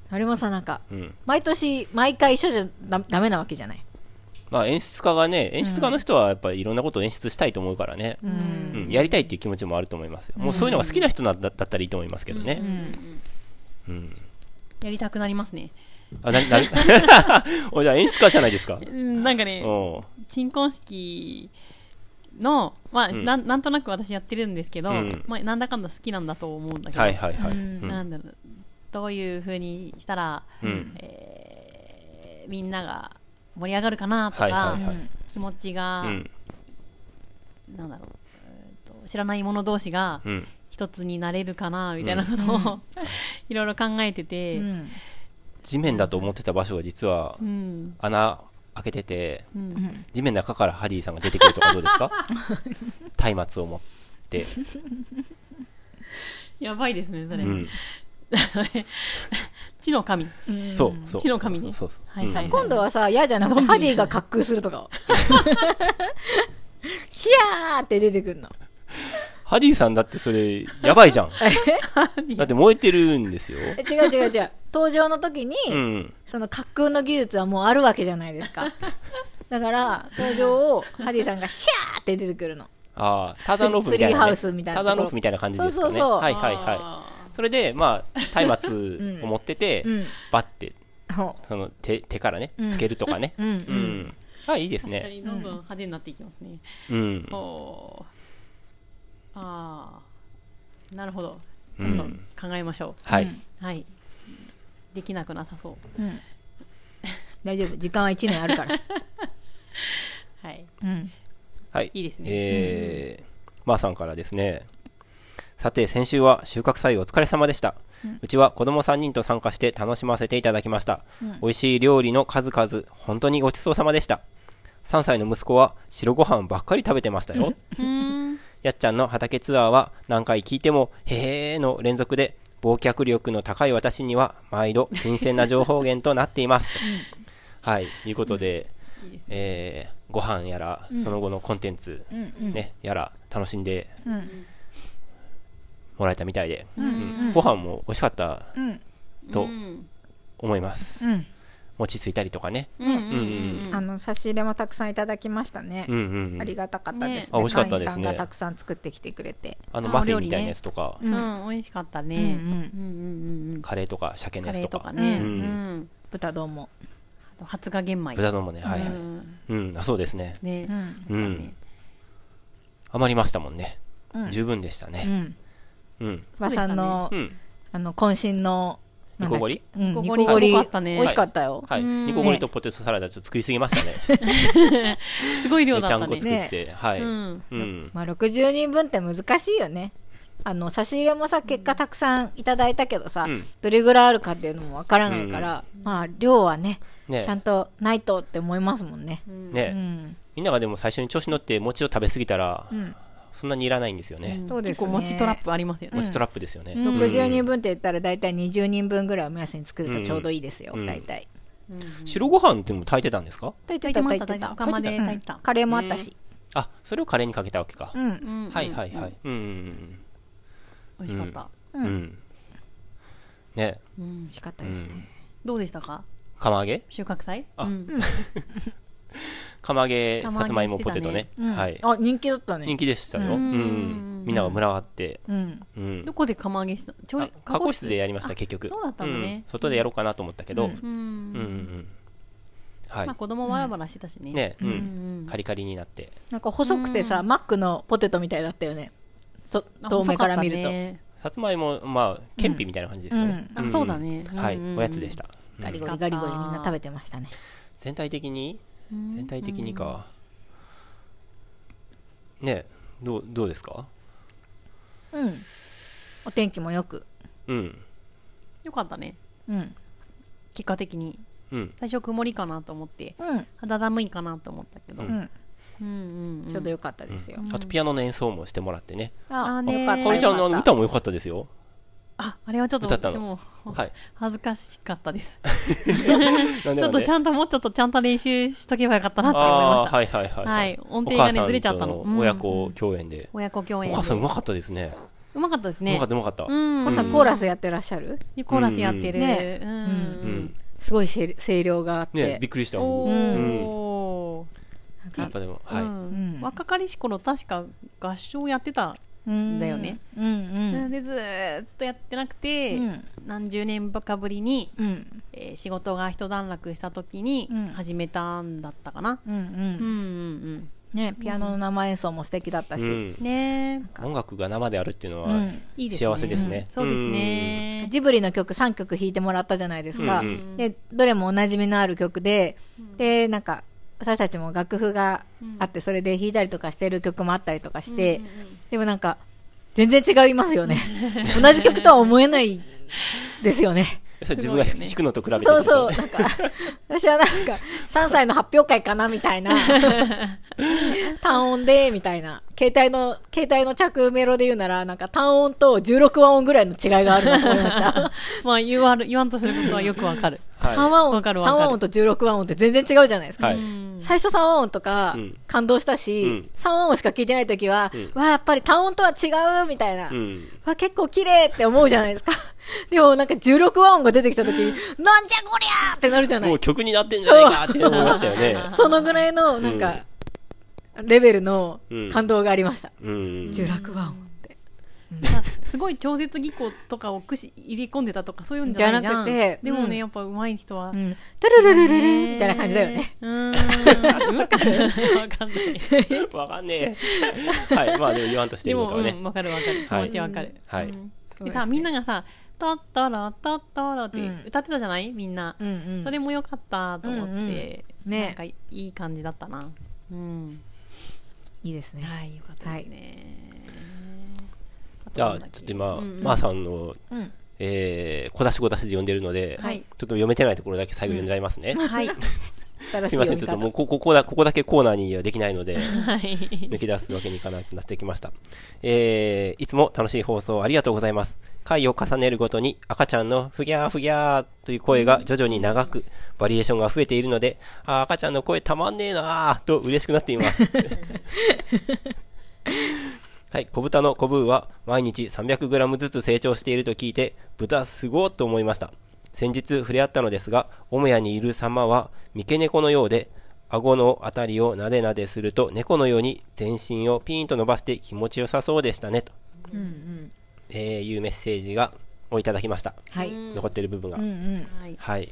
Speaker 2: あれもさ、なんか、
Speaker 3: うん
Speaker 2: 毎年、毎回一緒じゃダダメなわけじゃない。
Speaker 3: まあ、演出家がね演出家の人はやっぱりいろんなことを演出したいと思うからね、
Speaker 2: うん。
Speaker 3: うんやりたいっていう気持ちもあると思いますよもうそういうのが好きな人なんだだったらいいと思いますけどね、うん
Speaker 1: やりたくなりますね
Speaker 3: あなな おじゃあ演出家じゃないですか
Speaker 1: うんなんかね
Speaker 3: お
Speaker 1: 鎮魂式の、まあ
Speaker 3: ん
Speaker 1: なんなんとなく私やってるんですけど、
Speaker 3: うん
Speaker 1: まあ、なんだかんだ好きなんだと思うんだけど、
Speaker 3: はいはいはい、
Speaker 2: うん
Speaker 3: うん
Speaker 1: なんだろうどういうふうにしたら、
Speaker 3: うん
Speaker 1: えーみんなが盛り上がるかなとか、
Speaker 3: はいはいはい、
Speaker 1: 気持ちが、
Speaker 3: うん
Speaker 1: なんだろう、えーと知らない者同士が
Speaker 3: うん
Speaker 1: 一つになれるかなみたいなことを、 いろいろ考えてて、
Speaker 2: う
Speaker 1: うん
Speaker 2: ん
Speaker 3: 地面だと思ってた場所が実は穴開けてて、
Speaker 2: ん
Speaker 3: 地面の中からハディさんが出てくるとかどうです か松明を持って、
Speaker 1: やばいですねそれ、
Speaker 3: うん、
Speaker 1: 地の神
Speaker 3: そうそう
Speaker 1: 火の神ね
Speaker 3: そうそうそう
Speaker 1: はいはい
Speaker 3: うん
Speaker 2: 今度はさ、嫌じゃなくて、ハディが滑空するとか を。シャーって出てくる の。
Speaker 3: ハディさんだってそれやばいじゃんだって燃えてるんですよ
Speaker 2: え違う違う違う。登場の時に、
Speaker 3: うん
Speaker 2: その滑空の技術はもうあるわけじゃないですか。だから、登場を、ハディさんがシャーって出てくるの。
Speaker 3: ああターザンロープみた
Speaker 2: ツリ
Speaker 3: いな、ね、
Speaker 2: ーハウスみたいな
Speaker 3: ターザンロープみたいな感じですかね
Speaker 2: そうそうそう
Speaker 3: はいはいは
Speaker 1: あ
Speaker 3: いそれでまあ松明を持ってて、
Speaker 2: うん。
Speaker 3: バッて
Speaker 2: ほ
Speaker 3: その手手からね
Speaker 2: うん
Speaker 3: つけるとかね
Speaker 2: う。うん。
Speaker 3: うん、はいいいです
Speaker 1: ー確か
Speaker 3: ね
Speaker 1: にどんどん派手になっていきますね、
Speaker 3: うん
Speaker 1: おーああなるほどち
Speaker 3: う
Speaker 1: ょっと
Speaker 3: ん
Speaker 1: 考えましょう、
Speaker 3: はい、
Speaker 1: はいできなくなさそう
Speaker 2: うん。大丈夫。時間は1年あるから。
Speaker 1: はい
Speaker 2: うん。
Speaker 3: はい。
Speaker 1: いいですね
Speaker 3: えー、まー、さんからですね。さて、先週は収穫祭お疲れ様でした。うちは子供3人と参加して楽しませていただきました。美味しい料理の数々、本当にごちそうさまでした。3歳の息子は白ご飯ばっかり食べてましたよ。
Speaker 1: うん
Speaker 3: やっちゃんの畑ツアーは何回聞いても、へーの連続で、忘却力の高い私には毎度新鮮な情報源となっています。はい、いうことで、えーご飯やら、その後のコンテンツ、ね、やら、楽しんで、もらえたみたいで、うんご飯も美味しかった
Speaker 2: ん
Speaker 3: と
Speaker 1: ん
Speaker 3: 思います。
Speaker 2: うん
Speaker 3: 餅ついたりとかね。
Speaker 1: うんうんうん
Speaker 2: あの、差し入れもたくさんいただきましたね
Speaker 3: うん。うんうん
Speaker 2: ありがたかったです、
Speaker 3: ねあ美味しかったです
Speaker 2: 会員
Speaker 3: ね
Speaker 2: さんがたくさん作ってきてくれて。
Speaker 3: あの
Speaker 1: あ
Speaker 3: マフィ
Speaker 1: お料
Speaker 3: ン
Speaker 1: 理ね
Speaker 3: みたいなやつとか、
Speaker 1: うん、美味しかったね。う
Speaker 2: うん
Speaker 1: う
Speaker 2: んう。
Speaker 1: んんうんうん。
Speaker 3: カレーとか鮭の
Speaker 1: カレ
Speaker 3: やつ
Speaker 1: ー
Speaker 3: と
Speaker 1: とか
Speaker 3: か。
Speaker 1: ね。
Speaker 3: う
Speaker 1: うんん。
Speaker 2: 豚丼も。
Speaker 1: あと発芽玄米。
Speaker 3: 豚丼もね、はいはい。うん、あそうですね。
Speaker 1: ね。
Speaker 3: うん。余りましたもんね。十分でした
Speaker 2: う
Speaker 3: ね。
Speaker 2: ん。
Speaker 3: うん。
Speaker 2: 和さんの
Speaker 3: うん。
Speaker 2: あの渾身のなんだっけ
Speaker 3: 煮
Speaker 2: うん
Speaker 1: 煮
Speaker 2: 煮
Speaker 1: こ
Speaker 2: こ
Speaker 1: ごり
Speaker 2: ごり
Speaker 1: あよかったね
Speaker 2: 美味しかったよ、
Speaker 3: はい。
Speaker 1: うん
Speaker 3: ニコゴリとポテトサラダちょっと作りすぎましたね。
Speaker 1: すごい量
Speaker 3: め
Speaker 1: だっ
Speaker 3: ちゃん
Speaker 1: た
Speaker 3: こ
Speaker 1: ね
Speaker 3: 作って。はい。
Speaker 1: う
Speaker 3: うんん。
Speaker 2: まあ、60人分って難しいよねあの差し入れもさ結果たくさんいただいたけどさ、
Speaker 3: うん
Speaker 2: どれぐらいあるかっていうのもわからないから、まあ量はね
Speaker 3: ね
Speaker 2: ちゃんとないとって思いますもんね、う
Speaker 3: ね
Speaker 2: ん、
Speaker 3: みんながでも最初に調子乗って餅を食べ過ぎたら、そんなにいらないんですよね。
Speaker 2: そうです
Speaker 1: 結構
Speaker 2: ね
Speaker 1: 餅トラップありますよね
Speaker 3: 餅トラップですよね。
Speaker 2: 60人分って言ったら大体20人分ぐらいを目安に作るとちょうどいいですよ、
Speaker 3: うん
Speaker 2: 大体
Speaker 3: 白ご飯でも炊いてたんですか
Speaker 2: 大
Speaker 1: 炊い
Speaker 2: 体
Speaker 1: てま
Speaker 2: 炊
Speaker 1: し
Speaker 2: い
Speaker 1: た
Speaker 2: て
Speaker 1: 炊
Speaker 2: た
Speaker 1: いてた釜で炊いてた
Speaker 2: うんカレーもあったし
Speaker 3: あ、それをカレーにかけたわけか。
Speaker 2: う
Speaker 1: う
Speaker 2: ん、
Speaker 1: ん
Speaker 3: はいはいはい。うん。
Speaker 1: 美味しかった
Speaker 3: うんうん。ね
Speaker 1: うん
Speaker 2: 美味しかったですね、
Speaker 1: どうでしたか
Speaker 3: 釜揚げ
Speaker 1: 収穫祭
Speaker 3: あ
Speaker 1: うん
Speaker 3: 釜揚げ、
Speaker 1: 釜揚げ
Speaker 3: さつまいもポテトね。
Speaker 2: うん
Speaker 3: はい。
Speaker 2: あ人気だったね
Speaker 3: 人気でしたよ。う
Speaker 1: うん
Speaker 3: ん。みんなが群がって。
Speaker 2: うん
Speaker 3: うん。
Speaker 1: どこで釜揚げしたちょい
Speaker 3: あ加工室でやりました
Speaker 1: あ
Speaker 3: 結局
Speaker 1: そうだったのね
Speaker 3: ん外でやろうかなと思ったけ
Speaker 2: う
Speaker 3: ど、う
Speaker 1: う
Speaker 3: んんうんんうん、はい
Speaker 1: まあ、子供わらわらしてたしね
Speaker 3: ね、うん
Speaker 1: うん
Speaker 3: カリカリになって
Speaker 2: なんか細くてさ、マックのポテトみたいだったよねそ
Speaker 1: あ
Speaker 2: 遠目から見る
Speaker 1: 細
Speaker 2: と、
Speaker 1: ったね
Speaker 3: さつまいもまあケンピみたいな感じですよね、
Speaker 1: あそうだね
Speaker 3: はい、
Speaker 1: うんうん
Speaker 3: おやつでした、うん
Speaker 2: ガリゴリガリゴリみんな食べてましたね
Speaker 3: 全体的に全体的にか、ねどうどうですか
Speaker 2: うんお天気もよく
Speaker 3: うん
Speaker 1: よかったね
Speaker 2: うん
Speaker 1: 結果的に
Speaker 3: うん
Speaker 1: 最初曇りかなと思って
Speaker 2: うん
Speaker 1: 肌寒いかなと思ったけど
Speaker 3: う
Speaker 1: うん
Speaker 3: ん
Speaker 1: うんうん
Speaker 2: ちょうどよかったですよ、
Speaker 3: あとピアノの演奏もしてもらってね。
Speaker 1: あ
Speaker 2: あ
Speaker 1: ね
Speaker 2: よかった
Speaker 3: かおりちゃんのあ
Speaker 2: よ
Speaker 3: の
Speaker 2: かった
Speaker 3: 歌も良かったですよ。
Speaker 1: ああれはちょっと
Speaker 3: 歌った
Speaker 1: 私
Speaker 3: の
Speaker 1: も
Speaker 3: はい。
Speaker 1: 恥ずかしかったです
Speaker 3: なん
Speaker 1: ち
Speaker 3: で
Speaker 1: ょ
Speaker 3: な
Speaker 1: っ
Speaker 3: ん
Speaker 1: と
Speaker 3: で
Speaker 1: ちゃんともうちょっとちゃんと練習しとけばよかったなって思い
Speaker 3: あ
Speaker 1: ま
Speaker 3: ー
Speaker 1: した
Speaker 3: はいはいはい、
Speaker 1: はい音程がね
Speaker 3: お母さんと
Speaker 1: ずれちゃったのうん
Speaker 3: 親子共演で。
Speaker 1: 親子共演
Speaker 3: お
Speaker 1: で
Speaker 3: 母さんうまかったですね。
Speaker 1: うまかったです
Speaker 3: うま
Speaker 1: ね
Speaker 3: かったうまかった。
Speaker 1: うん
Speaker 2: お母さんコーラスやってらっしゃる、
Speaker 1: コーラスやってる
Speaker 2: うんね
Speaker 1: うん
Speaker 3: うん。
Speaker 2: すごい声声量があって、
Speaker 3: ねびっくりした。や
Speaker 1: おー
Speaker 3: っぱでも、
Speaker 1: う
Speaker 3: は
Speaker 1: ん
Speaker 2: うん
Speaker 1: 若かりし頃確か合唱やってた
Speaker 2: うん
Speaker 1: だよね
Speaker 2: うんうん
Speaker 1: でずーっとやってなくて、
Speaker 2: うん
Speaker 1: 何十年ばかぶりに、
Speaker 2: うん
Speaker 1: えー仕事が一段落した時に
Speaker 2: うん
Speaker 1: 始めたんだったかな、
Speaker 2: うんう
Speaker 1: うん
Speaker 2: ん
Speaker 1: うん
Speaker 2: ねピアノの生演奏も素敵だった
Speaker 3: い。
Speaker 2: し、
Speaker 3: うん
Speaker 1: うん、ね
Speaker 3: 音楽が生であるっていうの
Speaker 2: う
Speaker 3: は、
Speaker 2: ん
Speaker 1: えいいですね
Speaker 3: 幸せですね
Speaker 1: うんそうですね
Speaker 2: ジブリの曲3曲弾いてもらったじゃないですか、
Speaker 3: うんう
Speaker 2: でどれもおなじみのある曲で、でなんか私たちも楽譜があってそれで弾いたりとかしてる曲もあったりとかして、でもなんか全然違います よね同じ曲とは思えないですよね
Speaker 3: それ自分が弾くのと比べて。
Speaker 2: そうそう。なんか 私はなんか3歳の発表会かなみたい な単音でみたいな携帯の携帯の着メロで言うならなんか単音と16和音ぐらいの違いがあるなと思いました
Speaker 1: まあ言わる言わんとすることはよくわかる、
Speaker 3: はい
Speaker 2: 3和音、
Speaker 1: わかるわ
Speaker 2: 3
Speaker 1: かる
Speaker 2: 和音と16和音って全然違うじゃないですか。
Speaker 3: はい。
Speaker 2: 最初3和音とか
Speaker 3: うん
Speaker 2: 感動したし、
Speaker 3: うん
Speaker 2: 3和音しか聞いてない時は、わあ、やっぱり単音とは違うみたいな、
Speaker 3: うん。
Speaker 2: わあ、結構綺麗って思うじゃないですか。 でもなんか16和音が出てきた時に、なんじゃこりゃーってなるじゃな
Speaker 3: も。
Speaker 2: いう
Speaker 3: 曲になってんじゃねえかって思いましたよね。
Speaker 2: そのぐらいの、なんか、レベルの感動がありました。
Speaker 3: うん。
Speaker 2: 16和音って。
Speaker 1: まあすごい調節技巧とかを駆使入れ込んでたとかそういうんじゃないじゃん
Speaker 2: じゃなくて
Speaker 1: でもね、
Speaker 2: うん
Speaker 1: やっぱ上手い人は、
Speaker 2: うん。トゥルルルルルンみたいな感じだよね。
Speaker 1: うーんわかるわかんない
Speaker 3: わかんねえ。はい。まあでも言わんとし
Speaker 1: で
Speaker 3: てるこ
Speaker 1: も
Speaker 3: と
Speaker 1: う
Speaker 3: は
Speaker 1: んわ、
Speaker 3: ね。
Speaker 1: かるわかる気
Speaker 3: はい
Speaker 1: 持ちわかる、
Speaker 3: はい。
Speaker 2: そう
Speaker 1: で
Speaker 2: です
Speaker 1: さ、
Speaker 2: ね
Speaker 1: みんながさ「タッタラタッタラ」って
Speaker 2: うん
Speaker 1: 歌ってたじゃないみんな、
Speaker 2: うんうん
Speaker 1: それも良かったと思って、
Speaker 2: うんうんね
Speaker 1: なんかいい感じだったなうん
Speaker 2: いいですね。
Speaker 1: はいよかったですね、あ
Speaker 3: じ
Speaker 1: と
Speaker 3: ゃ
Speaker 1: な
Speaker 3: あ、
Speaker 1: んだっけ
Speaker 3: ちょっと今、
Speaker 1: うんうん
Speaker 3: まーさんの、
Speaker 2: うん
Speaker 3: えー、小出し小出しで呼んでるので、
Speaker 1: はい
Speaker 3: ちょっと読めてないところだけ最後読んじゃいますね。
Speaker 1: はい
Speaker 2: 新し
Speaker 3: す
Speaker 2: い
Speaker 3: い
Speaker 2: 読
Speaker 3: ません、
Speaker 2: み
Speaker 3: ちょっと
Speaker 2: 方
Speaker 3: もう。ここここだここだけコーナーにはできないので、
Speaker 1: はい
Speaker 3: 抜き出すわけにいかなくなってきました。えー、いつも楽しい放送ありがとうございます。回を重ねるごとに赤ちゃんのふぎゃーふぎゃーという声が徐々に長く、バリエーションが増えているので、あー赤ちゃんの声たまんねえなーと嬉しくなっています。はい、小豚のコブーは毎日 300g ずつ成長していると聞いて、豚すごーと思いました。先日触れ合ったのですが、母屋にいる様は三毛猫のようで、顎のあたりをなでなですると猫のように全身をピーンと伸ばして気持ちよさそうでしたね、と、えーいうメッセージがをいただきました。
Speaker 2: はい。
Speaker 3: 残ってる部分が。
Speaker 2: うんうん。
Speaker 1: はい
Speaker 3: はい。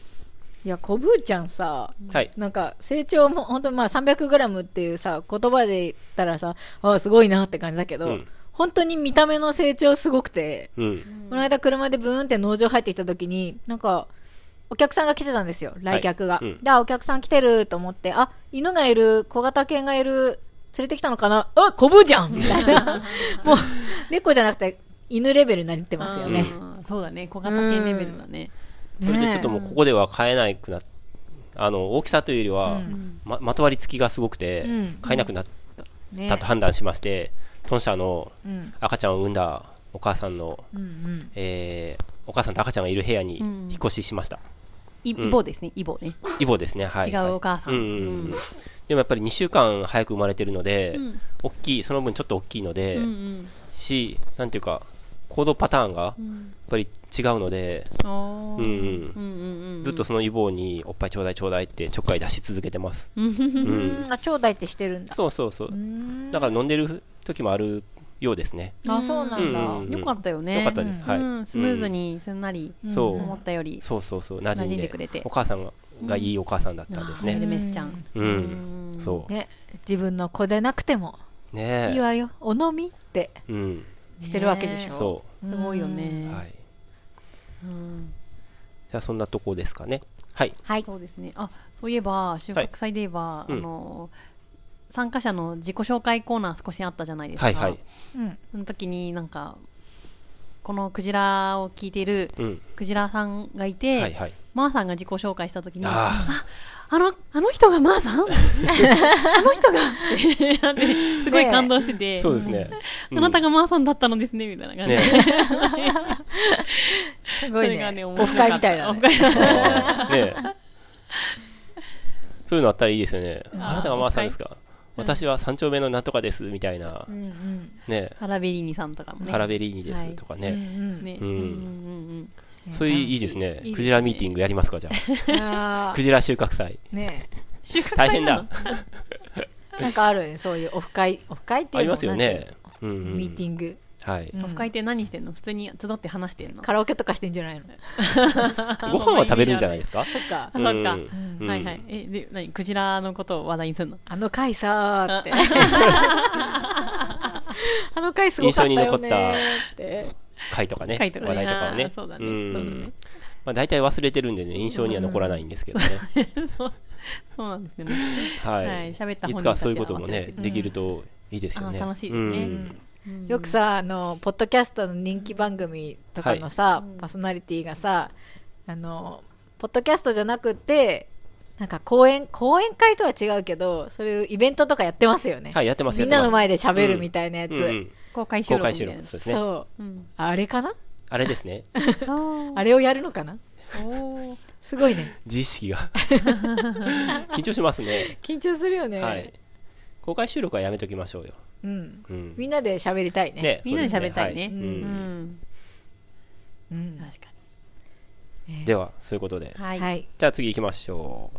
Speaker 2: いや、こぶーちゃんさ、
Speaker 3: はい。
Speaker 2: なんか成長も本当まあ 300g っていうさ言葉で言ったらさああすごいなって感じだけど、
Speaker 3: うん
Speaker 2: 本当に見た目の成長すごくて、
Speaker 3: うん。
Speaker 2: この間車でブーンって農場入ってきた時に、なんか、お客さんが来てたんですよ、来客が。
Speaker 3: はいうん
Speaker 2: で、あ、お客さん来てると思って、あ、犬がいる、小型犬がいる、連れてきたのかなあ、コブじゃんみたい な。もう、猫じゃなくて、犬レベルになってますよね。
Speaker 1: うんそうだね小型犬レベルだね
Speaker 3: それでちょっと
Speaker 2: ね
Speaker 3: もうここでは買えなくなっあの、大きさというよりは、ま、まとわりつきがすごくて、
Speaker 2: うん
Speaker 3: 買えなくなっ
Speaker 2: えね
Speaker 3: たと判断しまして、豚舎の
Speaker 2: うん。
Speaker 3: 赤ちゃんを産んだお母さんの、
Speaker 2: うんうん。
Speaker 3: えーお母さんと赤ちゃんがいる部屋に引っ越ししました。
Speaker 1: イ
Speaker 3: ん
Speaker 1: イボですねイボね
Speaker 3: イボですね、はい。
Speaker 1: 違うお母さん
Speaker 3: はいうんうんうんでもやっぱり2週間早く生まれてるので、
Speaker 1: うん
Speaker 3: 大きい、その分ちょっと大きいので、
Speaker 1: うんうん
Speaker 3: し、なんていうか、行動パターンがやっ
Speaker 1: ん
Speaker 3: ぱり違うので、
Speaker 1: あー
Speaker 3: うんうん
Speaker 1: うんうんうん
Speaker 3: ずっとそのイボにおっぱいちょうだいちょうだいってちょっかい出し続けてます。
Speaker 2: うん、あ、腸だいってしてるんだ。
Speaker 3: そうそうそう。だから飲んでる時もあるようですね。
Speaker 2: あ、そうなんだ。
Speaker 3: うんうん
Speaker 1: よかったよね
Speaker 3: よかったです。はい。
Speaker 1: うんスムーズにすんなり
Speaker 3: うん。そう。
Speaker 1: 思ったより
Speaker 3: そうそうそう。馴染ん
Speaker 1: 馴染んで
Speaker 3: で。
Speaker 1: くれて
Speaker 3: お母さんががいいお母さんだったんです
Speaker 1: エル
Speaker 3: ね。
Speaker 1: メスちゃん
Speaker 3: うん。そ
Speaker 2: ね、自分の子でなくても、
Speaker 3: う。ねえ。
Speaker 2: いいわよ、お飲みって
Speaker 3: うん。
Speaker 2: してるわけでしょ。
Speaker 3: そ
Speaker 1: すごいよ
Speaker 3: う。
Speaker 1: ね
Speaker 3: はい。じゃあそんなとこですかね。はい。
Speaker 1: はいそうですねあそういえば収穫祭で言えばあ
Speaker 3: うん
Speaker 1: の参加者の自己紹介コーナー少しあったじゃないです
Speaker 3: はい
Speaker 1: か
Speaker 3: はい。
Speaker 2: うん。
Speaker 1: その時になんかこのクジラを聞いている
Speaker 3: うん。
Speaker 1: クジラさんがい
Speaker 3: はい
Speaker 1: て
Speaker 3: はい。
Speaker 1: マーさんが自己紹介した時にあ
Speaker 3: あ
Speaker 1: のあの人がマー さんあの人がってなってすごい感動して
Speaker 3: あ。
Speaker 1: て
Speaker 3: そうですね。
Speaker 1: あ
Speaker 3: うん
Speaker 1: なたがマーさんだったのですねみたいな感じ
Speaker 3: ね
Speaker 1: で
Speaker 2: す
Speaker 1: そ
Speaker 2: ごい
Speaker 1: れがね
Speaker 2: ね。
Speaker 1: 面
Speaker 2: オ
Speaker 1: 白
Speaker 2: フ
Speaker 1: かった
Speaker 2: 会みたいだね。
Speaker 3: あーねえそういうのあったらいいですよね。あなたがマーさんですか、私は三丁目のなんとかですみたいな、
Speaker 2: うんうん。
Speaker 3: ね
Speaker 1: ハラベリーニさんとかも
Speaker 3: え、
Speaker 1: ね
Speaker 3: ハラベリーニです
Speaker 1: はい
Speaker 3: とか
Speaker 2: う
Speaker 3: ね、
Speaker 2: ん
Speaker 1: ね、
Speaker 3: うん
Speaker 1: うんうん
Speaker 3: そういういいです
Speaker 1: い
Speaker 3: ね
Speaker 1: いですね
Speaker 3: クジラミーティングやりますか、じゃあ、
Speaker 2: うん。あ
Speaker 3: クジラ収穫祭、
Speaker 2: あ、ね
Speaker 1: 収穫祭
Speaker 3: 大変
Speaker 1: なの
Speaker 3: だ、
Speaker 2: え なんかあるよね、そういうオフ会、オフ会っていうの
Speaker 3: ありますよ
Speaker 2: なんて
Speaker 3: ね
Speaker 2: いう、
Speaker 3: うん
Speaker 2: の
Speaker 3: うん
Speaker 2: ミーティング。
Speaker 3: はい、
Speaker 1: オフ会って何してんの普通に集って話してんの
Speaker 2: カラオケとかしてんじゃないの
Speaker 3: ご飯は食べるんじゃないですか、
Speaker 2: そっか
Speaker 1: あ。そっか、
Speaker 3: うん
Speaker 1: はいはいえで何クジラのことを話題にするの
Speaker 2: あの回さ ーって。あの回すごかった
Speaker 3: 印象に
Speaker 2: よ
Speaker 3: 残
Speaker 2: ね
Speaker 3: った
Speaker 2: ーって。
Speaker 3: 会とかね、
Speaker 1: 会とかね
Speaker 3: 話題とかを
Speaker 1: あ
Speaker 3: ね
Speaker 1: ー、そうだねそうだね
Speaker 3: んまあ大体忘れてるんでね、印象には残らないんですけどね、
Speaker 1: そうなんですよねはい
Speaker 3: はい、
Speaker 1: 喋った
Speaker 3: い
Speaker 1: 本人た
Speaker 3: つ
Speaker 1: ちは
Speaker 3: かそういうこともね、
Speaker 1: うん
Speaker 3: できるといいですよね。
Speaker 1: あー楽しいですね
Speaker 3: うん
Speaker 2: よくさあのポッドキャストの人気番組とかのさ、パーソナリティがさあのポッドキャストじゃなくてなんか講演講演会とは違うけどそういうイベントとかやってますよね、
Speaker 3: はい、やってます
Speaker 2: みんなの前
Speaker 3: で
Speaker 2: で喋るみたいなやつ、
Speaker 3: うんうん
Speaker 1: 公開収
Speaker 3: 公
Speaker 1: 録み
Speaker 3: 開
Speaker 1: た
Speaker 3: 収
Speaker 1: いな
Speaker 3: 録そうですね。
Speaker 2: そう、
Speaker 1: うん
Speaker 2: あれかな
Speaker 3: あれで すね。
Speaker 2: あれをやるのかな
Speaker 1: あーおー
Speaker 2: すごいね
Speaker 3: 自意 識が。緊張しますね。
Speaker 2: 緊張するよね、
Speaker 3: はい。公開収録はやめときましょうよ。
Speaker 2: うん、
Speaker 3: うん。
Speaker 2: みんなで喋りたいね
Speaker 3: ね
Speaker 1: みんなで喋ったい
Speaker 3: そう
Speaker 1: ね
Speaker 3: です
Speaker 1: う
Speaker 3: は
Speaker 1: ん
Speaker 2: うん
Speaker 1: 確か
Speaker 3: いうんでは、そういうことで。
Speaker 1: には
Speaker 2: はいい
Speaker 3: じゃあ次行きましょう。